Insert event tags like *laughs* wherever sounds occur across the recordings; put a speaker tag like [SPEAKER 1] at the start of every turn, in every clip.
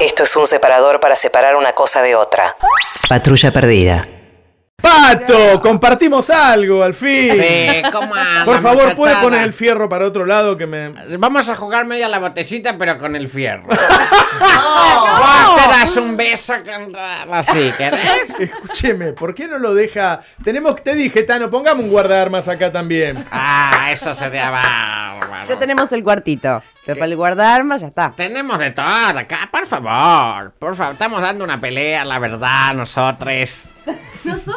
[SPEAKER 1] Esto es un separador para separar una cosa de otra.
[SPEAKER 2] Patrulla perdida.
[SPEAKER 3] ¡Pato! ¡Compartimos algo, al fin!
[SPEAKER 4] Sí, ¿cómo anda,
[SPEAKER 3] Por favor, ¿puede
[SPEAKER 4] muchachada?
[SPEAKER 3] poner el fierro para otro lado que me.
[SPEAKER 4] Vamos a jugar media la botellita, pero con el
[SPEAKER 3] *laughs*
[SPEAKER 4] fierro. Vos te das un beso con... así,
[SPEAKER 3] *laughs*
[SPEAKER 4] ¿querés?
[SPEAKER 3] Escúcheme, ¿por qué no lo deja? Tenemos, te dije, Tano, pongamos un guardaarmas acá también.
[SPEAKER 4] Ah, eso sería bárbaro.
[SPEAKER 5] Ya tenemos el cuartito. Pero para el guardarma ya está.
[SPEAKER 4] Tenemos de todo acá, por favor. Por favor, estamos dando una pelea, la verdad,
[SPEAKER 5] *laughs*
[SPEAKER 4] nosotros.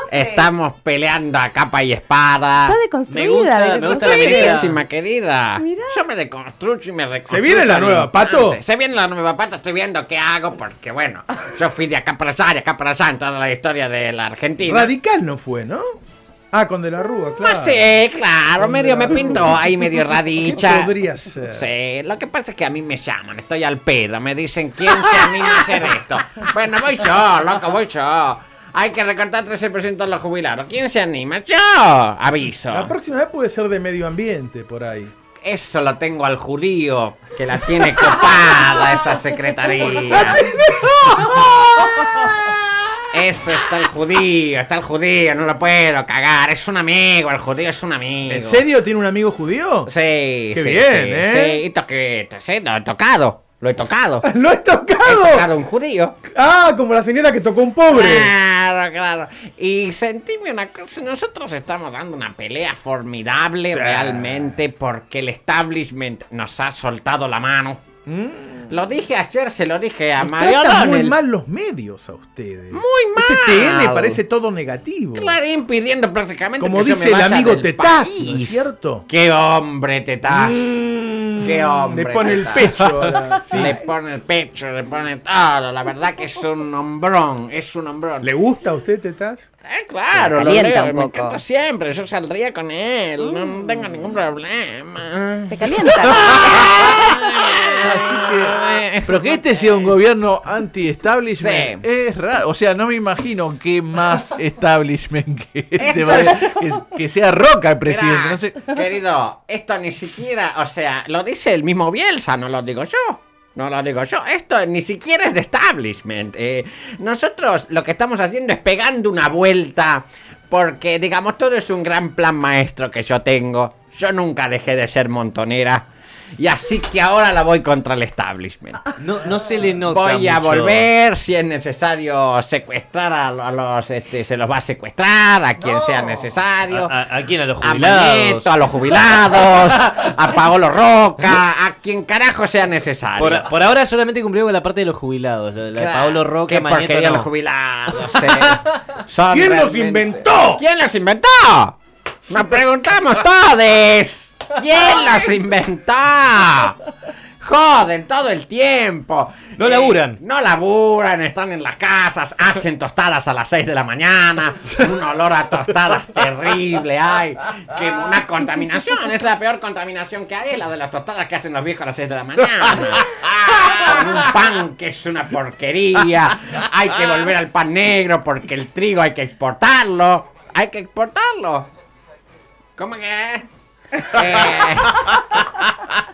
[SPEAKER 4] Estamos peleando a capa y espada.
[SPEAKER 5] Está
[SPEAKER 6] Me gusta,
[SPEAKER 5] deconstruida.
[SPEAKER 6] me gusta
[SPEAKER 5] deconstruida.
[SPEAKER 6] la idea.
[SPEAKER 4] Queridísima, querida.
[SPEAKER 5] Mirá.
[SPEAKER 4] Yo me deconstruyo y me reconstruyo.
[SPEAKER 3] ¿Se viene la nueva, Pato?
[SPEAKER 4] Se viene la nueva pato, estoy viendo qué hago porque, bueno, yo fui de acá para allá, de acá para allá en toda la historia de la Argentina.
[SPEAKER 3] Radical no fue, ¿no? Ah, con De la Rúa,
[SPEAKER 4] Ah,
[SPEAKER 3] claro.
[SPEAKER 4] sí, claro, medio me pintó ahí, medio
[SPEAKER 3] ¿Qué
[SPEAKER 4] radicha.
[SPEAKER 3] *laughs* podría ser?
[SPEAKER 4] Sí, lo que pasa es que a mí me llaman, estoy al pedo, me dicen quién se anima a hacer esto. Bueno, voy yo, loco, voy yo. Hay que recortar 13% a los jubilados. ¿Quién se anima? Yo. Aviso.
[SPEAKER 3] La próxima vez puede ser de medio ambiente por ahí.
[SPEAKER 4] Eso lo tengo al judío, que la tiene copada
[SPEAKER 3] *laughs*
[SPEAKER 4] esa secretaría. Eso está el judío, está el judío, no lo puedo cagar. Es un amigo, el judío es un amigo.
[SPEAKER 3] ¿En serio tiene un amigo judío?
[SPEAKER 4] Sí,
[SPEAKER 3] Qué
[SPEAKER 4] sí,
[SPEAKER 3] bien,
[SPEAKER 4] sí,
[SPEAKER 3] ¿eh?
[SPEAKER 4] Sí, y toqué, sí, lo he tocado, lo
[SPEAKER 3] *laughs*
[SPEAKER 4] he tocado.
[SPEAKER 3] *laughs*
[SPEAKER 4] he
[SPEAKER 3] ¡Lo he tocado!
[SPEAKER 4] tocado un judío.
[SPEAKER 3] Ah, como la señora que tocó un pobre.
[SPEAKER 4] Ah, Claro, claro. Y sentime una cosa, nosotros estamos dando una pelea formidable realmente porque el establishment nos ha soltado la mano. Lo dije ayer, se lo dije a Mario
[SPEAKER 3] Tratan Mm. muy
[SPEAKER 4] O'Donnell.
[SPEAKER 3] mal los medios a ustedes. Muy
[SPEAKER 4] mal.
[SPEAKER 3] Ese TN parece todo negativo.
[SPEAKER 4] Clarín pidiendo prácticamente
[SPEAKER 3] Como
[SPEAKER 4] que yo
[SPEAKER 3] dice el
[SPEAKER 4] me vaya
[SPEAKER 3] amigo
[SPEAKER 4] del
[SPEAKER 3] Tetaz,
[SPEAKER 4] país.
[SPEAKER 3] ¿no es cierto? Mm.
[SPEAKER 4] Qué hombre Tetaz. Mm, Qué hombre.
[SPEAKER 3] Le pone el
[SPEAKER 4] Tetaz.
[SPEAKER 3] pecho. a
[SPEAKER 4] *laughs*
[SPEAKER 3] la- sí.
[SPEAKER 4] Le
[SPEAKER 3] le,
[SPEAKER 4] pone el pecho, le pone todo. La verdad que es un hombrón, es un hombrón.
[SPEAKER 3] gusta a usted, Tetaz?
[SPEAKER 4] Eh, claro,
[SPEAKER 5] Le
[SPEAKER 4] lo
[SPEAKER 5] calienta
[SPEAKER 4] leo,
[SPEAKER 5] un
[SPEAKER 4] me
[SPEAKER 5] poco.
[SPEAKER 4] encanta siempre. Yo saldría con él, no, no tengo ningún problema.
[SPEAKER 5] Se calienta.
[SPEAKER 4] Así
[SPEAKER 6] Pero que este sea un gobierno anti-establishment
[SPEAKER 4] Eh. Sí.
[SPEAKER 6] es raro. O sea, no me imagino que
[SPEAKER 4] *laughs*
[SPEAKER 6] más establishment que este
[SPEAKER 4] Esto
[SPEAKER 6] va-
[SPEAKER 4] es-
[SPEAKER 6] que, que sea Roca el presidente. No sé.
[SPEAKER 4] Querido, esto ni siquiera, o sea, lo dice el mismo Bielsa, no lo digo yo. No lo digo yo, esto ni siquiera es de establishment. Eh, nosotros lo que estamos haciendo es pegando una vuelta, porque digamos, todo es un gran plan maestro que yo tengo. Yo nunca dejé de ser montonera, y así que ahora la voy contra el establishment.
[SPEAKER 7] No, no se le nota.
[SPEAKER 4] Voy a
[SPEAKER 7] mucho.
[SPEAKER 4] volver, si es necesario secuestrar a, lo- a los, este, se los va a secuestrar a quien sea
[SPEAKER 7] ¿A,
[SPEAKER 4] necesario.
[SPEAKER 7] a, a quién? A los
[SPEAKER 4] A
[SPEAKER 7] jubilados.
[SPEAKER 4] Manieto, a los jubilados, a Paolo Roca, a quien carajo sea necesario.
[SPEAKER 7] Por, por ahora solamente cumplió con la parte de los jubilados. La, la de
[SPEAKER 4] Claro,
[SPEAKER 7] Pablo Roca,
[SPEAKER 4] qué
[SPEAKER 7] Mañeto
[SPEAKER 4] porquería
[SPEAKER 7] no.
[SPEAKER 4] los
[SPEAKER 3] *laughs*
[SPEAKER 4] jubilados. eh. Son
[SPEAKER 3] ¿Quién los
[SPEAKER 4] realmente-
[SPEAKER 3] inventó?
[SPEAKER 4] ¿Quién los inventó? Nos preguntamos todos. ¿Quién los inventó? Joden todo el tiempo.
[SPEAKER 7] No laburan.
[SPEAKER 4] no laburan, están en las casas, hacen tostadas a las 6 de la mañana. Un olor a tostadas terrible hay. Que una contaminación. Es la peor contaminación que hay, la de las tostadas que hacen los viejos a las 6 de la mañana. Con un pan que es una porquería. Hay que volver al pan negro porque el trigo hay que exportarlo. Hay que exportarlo. ¿Cómo que? Eh,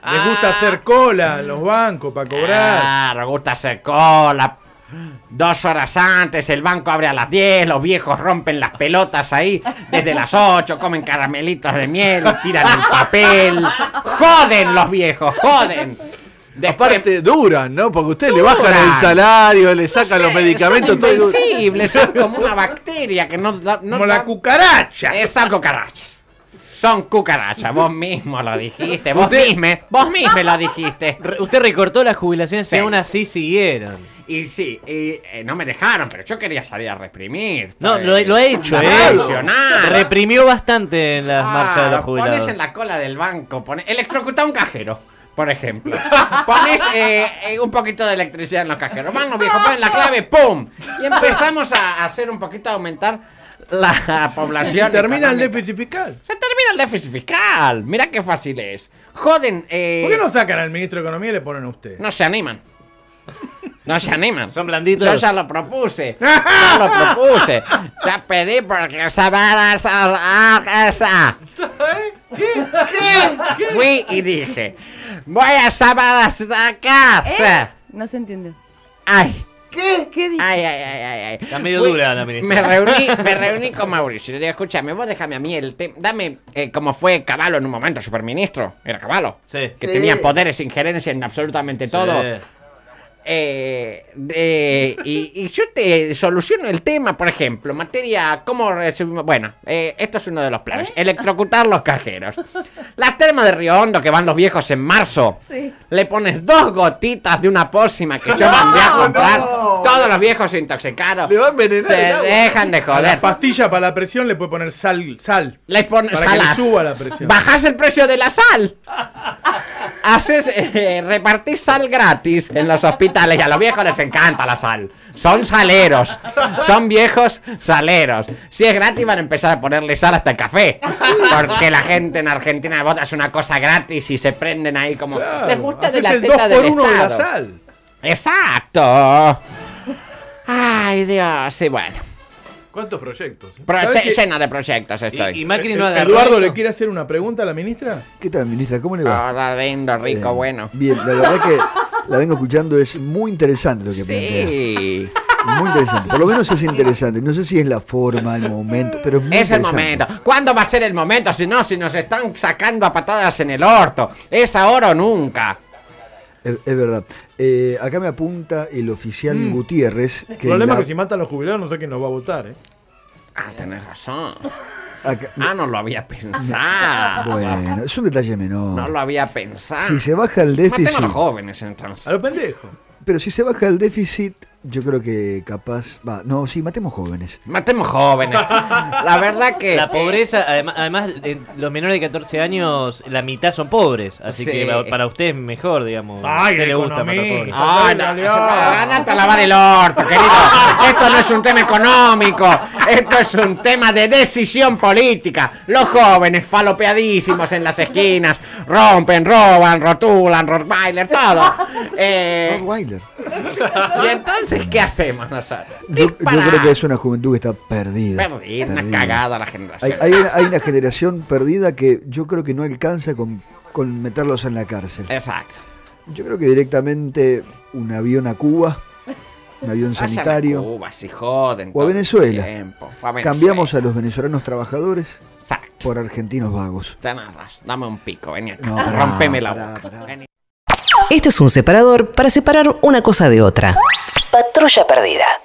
[SPEAKER 3] Les
[SPEAKER 4] Ah.
[SPEAKER 3] gusta hacer cola en los bancos para cobrar.
[SPEAKER 4] Claro, gusta hacer Ah, cola. Dos horas antes, el banco abre a las 10, los viejos rompen las pelotas ahí desde las 8, comen caramelitos de miel, tiran el papel. Joden los viejos, joden. Después-
[SPEAKER 6] Aparte, duran, ¿no? Porque ustedes le bajan
[SPEAKER 4] Duran.
[SPEAKER 6] el salario, le sacan los
[SPEAKER 4] Sí,
[SPEAKER 6] medicamentos.
[SPEAKER 4] son
[SPEAKER 6] todo el-
[SPEAKER 4] invencibles, son como una bacteria que no, da- no
[SPEAKER 3] Como la
[SPEAKER 4] da-
[SPEAKER 3] cucaracha.
[SPEAKER 4] Esas cucarachas. Son cucarachas, vos mismo lo dijiste, vos mismo, vos mismo lo dijiste.
[SPEAKER 7] Re- usted recortó las jubilaciones
[SPEAKER 4] Sí.
[SPEAKER 7] y aún así siguieron.
[SPEAKER 4] Y sí, y, eh, no me dejaron, pero yo quería salir a reprimir.
[SPEAKER 7] No,
[SPEAKER 4] Eh,
[SPEAKER 7] lo, he- lo ha hecho,
[SPEAKER 4] a
[SPEAKER 7] ¿eh?
[SPEAKER 4] Reaccionar.
[SPEAKER 7] Reprimió bastante en las
[SPEAKER 4] Ah,
[SPEAKER 7] marchas de los
[SPEAKER 4] Pones
[SPEAKER 7] jubilados.
[SPEAKER 4] en la cola del banco, pone, electrocuta a un cajero, por ejemplo. Pones eh, eh, un poquito de electricidad en los cajeros. Mano viejo, ponen la clave, ¡pum! Y empezamos a hacer un poquito, a aumentar la
[SPEAKER 7] *laughs*
[SPEAKER 4] población.
[SPEAKER 3] Termina el
[SPEAKER 4] económica.
[SPEAKER 3] déficit fiscal.
[SPEAKER 4] Se termina el déficit fiscal. Mira qué fácil es. Joden, eh,
[SPEAKER 3] ¿Por qué no sacan al ministro de Economía y le ponen a usted?
[SPEAKER 4] no se animan. No se animan.
[SPEAKER 7] Son blanditos.
[SPEAKER 4] Yo ya lo
[SPEAKER 7] *laughs*
[SPEAKER 4] propuse. Ya lo propuse. Ya pedí porque se van a ah. esa- a esa. ¿Qué? Fui y dije, voy a sacar.
[SPEAKER 7] ¿Eh?
[SPEAKER 5] No se entiende.
[SPEAKER 4] Ay.
[SPEAKER 5] ¿Qué? ¿Qué dices?
[SPEAKER 4] Ay, ay, ay, ay, ay.
[SPEAKER 7] Está medio dura la ministra.
[SPEAKER 4] Me reuní, me reuní con Mauricio. Le dije, escúchame, vos déjame a mí el tema. Dame eh, como fue Caballo en un momento, superministro. Era Caballo.
[SPEAKER 7] Sí.
[SPEAKER 4] Que
[SPEAKER 5] Sí.
[SPEAKER 4] tenía poderes, injerencia en absolutamente todo.
[SPEAKER 7] Sí.
[SPEAKER 4] Eh, de- y, y yo te soluciono el tema, por ejemplo, materia, ¿cómo recibimos? Bueno, eh, esto es uno de los planes, electrocutar los cajeros. Las termas de Río Hondo que van los viejos en marzo,
[SPEAKER 5] Sí.
[SPEAKER 4] le pones dos gotitas de una pócima que yo
[SPEAKER 6] *laughs*
[SPEAKER 4] mandé a comprar, todos los viejos se intoxicaron,
[SPEAKER 6] Le va a envenenar
[SPEAKER 4] se
[SPEAKER 6] el agua.
[SPEAKER 4] dejan de
[SPEAKER 3] A
[SPEAKER 4] joder.
[SPEAKER 3] la pastilla para la presión le puede poner sal. sal.
[SPEAKER 4] Les pon-
[SPEAKER 3] Para que le
[SPEAKER 4] salas.
[SPEAKER 3] suba la presión.
[SPEAKER 4] Bajás el precio de la sal. Haces, eh, repartís sal gratis en los hospitales y a los viejos les encanta la sal. Son saleros. Son viejos saleros. Si es gratis van a empezar a ponerle sal hasta el café. Porque la gente en Argentina vota es una cosa gratis y se prenden ahí como...
[SPEAKER 3] Claro,
[SPEAKER 4] les gusta de
[SPEAKER 3] haces
[SPEAKER 4] la
[SPEAKER 3] el 2 por
[SPEAKER 4] teta del
[SPEAKER 3] 1 de la
[SPEAKER 4] Estado.
[SPEAKER 3] sal.
[SPEAKER 4] Exacto. Ay, Dios. Y bueno.
[SPEAKER 6] ¿Cuántos proyectos?
[SPEAKER 4] Pro-
[SPEAKER 3] ¿Sabes
[SPEAKER 4] se-
[SPEAKER 3] qué?
[SPEAKER 4] llena de proyectos estoy.
[SPEAKER 7] Y, y Macri
[SPEAKER 4] Eh,
[SPEAKER 7] no agarró.
[SPEAKER 3] Eduardo,
[SPEAKER 7] esto.
[SPEAKER 3] ¿le quiere hacer una pregunta a la ministra?
[SPEAKER 8] ¿Qué tal, ministra? ¿Cómo le va?
[SPEAKER 4] Ahora lindo, Ah, rico,
[SPEAKER 8] Eh,
[SPEAKER 4] bueno.
[SPEAKER 8] Bien, la verdad que la vengo escuchando, es muy interesante lo que plantea.
[SPEAKER 4] Sí.
[SPEAKER 8] Muy interesante. Por lo menos es interesante. No sé si es la forma, el momento, pero es muy
[SPEAKER 4] Es el
[SPEAKER 8] interesante.
[SPEAKER 4] momento. ¿Cuándo va a ser el momento? Si no, si nos están sacando a patadas en el orto. Es ahora o nunca.
[SPEAKER 8] Es, es verdad. Eh, acá me apunta el oficial
[SPEAKER 4] Mm.
[SPEAKER 8] Gutiérrez.
[SPEAKER 3] El problema
[SPEAKER 8] la-
[SPEAKER 3] es que si matan a los jubilados no sé quién nos va a votar. ¿eh?
[SPEAKER 4] Ah, tenés razón.
[SPEAKER 8] acá-
[SPEAKER 4] Ah, no lo había pensado.
[SPEAKER 8] bueno, es un detalle menor.
[SPEAKER 4] No lo había pensado.
[SPEAKER 8] Si se baja el
[SPEAKER 4] Matemos a
[SPEAKER 8] déficit.
[SPEAKER 4] los jóvenes
[SPEAKER 3] A
[SPEAKER 4] entonces.
[SPEAKER 3] los pendejos.
[SPEAKER 8] Pero si se baja el déficit, yo creo que capaz. Va, no, sí, matemos jóvenes.
[SPEAKER 4] Matemos jóvenes. La verdad que.
[SPEAKER 7] La pobreza, además, además eh, los menores de 14 años, la mitad son pobres. Así
[SPEAKER 4] Sí.
[SPEAKER 7] que va- para usted es mejor, digamos.
[SPEAKER 3] Ay,
[SPEAKER 7] ¿Qué
[SPEAKER 3] la
[SPEAKER 7] le gusta matar
[SPEAKER 3] economía.
[SPEAKER 7] pobres?
[SPEAKER 4] Ah, no, ganaste a lavar el orto, querido. Esto no es un tema económico, esto es un tema de decisión política. Los jóvenes falopeadísimos en las esquinas rompen, roban, rotulan, rottweiler, todo. Eh,
[SPEAKER 8] Rottweiler.
[SPEAKER 4] y entonces, ¿qué hacemos nosotros?
[SPEAKER 8] Yo, yo
[SPEAKER 4] Disparar.
[SPEAKER 8] creo que es una juventud que está perdida.
[SPEAKER 4] Perdida, una
[SPEAKER 8] Perdida.
[SPEAKER 4] cagada la
[SPEAKER 8] Hay,
[SPEAKER 4] generación.
[SPEAKER 8] hay, hay una generación perdida que yo creo que no alcanza con, con meterlos en la cárcel.
[SPEAKER 4] Exacto.
[SPEAKER 8] Yo creo que directamente un avión a Cuba, un avión
[SPEAKER 4] Vayan a
[SPEAKER 8] sanitario.
[SPEAKER 4] Cuba, si joden.
[SPEAKER 8] O a
[SPEAKER 4] todo el
[SPEAKER 8] Venezuela.
[SPEAKER 4] tiempo. O a Venezuela.
[SPEAKER 8] Cambiamos a los venezolanos trabajadores
[SPEAKER 4] Exacto.
[SPEAKER 8] por argentinos vagos.
[SPEAKER 4] Tenés razón. Dame un pico, vení acá.
[SPEAKER 8] No, pará,
[SPEAKER 4] Rompeme la
[SPEAKER 8] pará,
[SPEAKER 4] boca.
[SPEAKER 8] pará.
[SPEAKER 4] Vení.
[SPEAKER 1] Este es un separador para separar una cosa de otra. Patrulla perdida.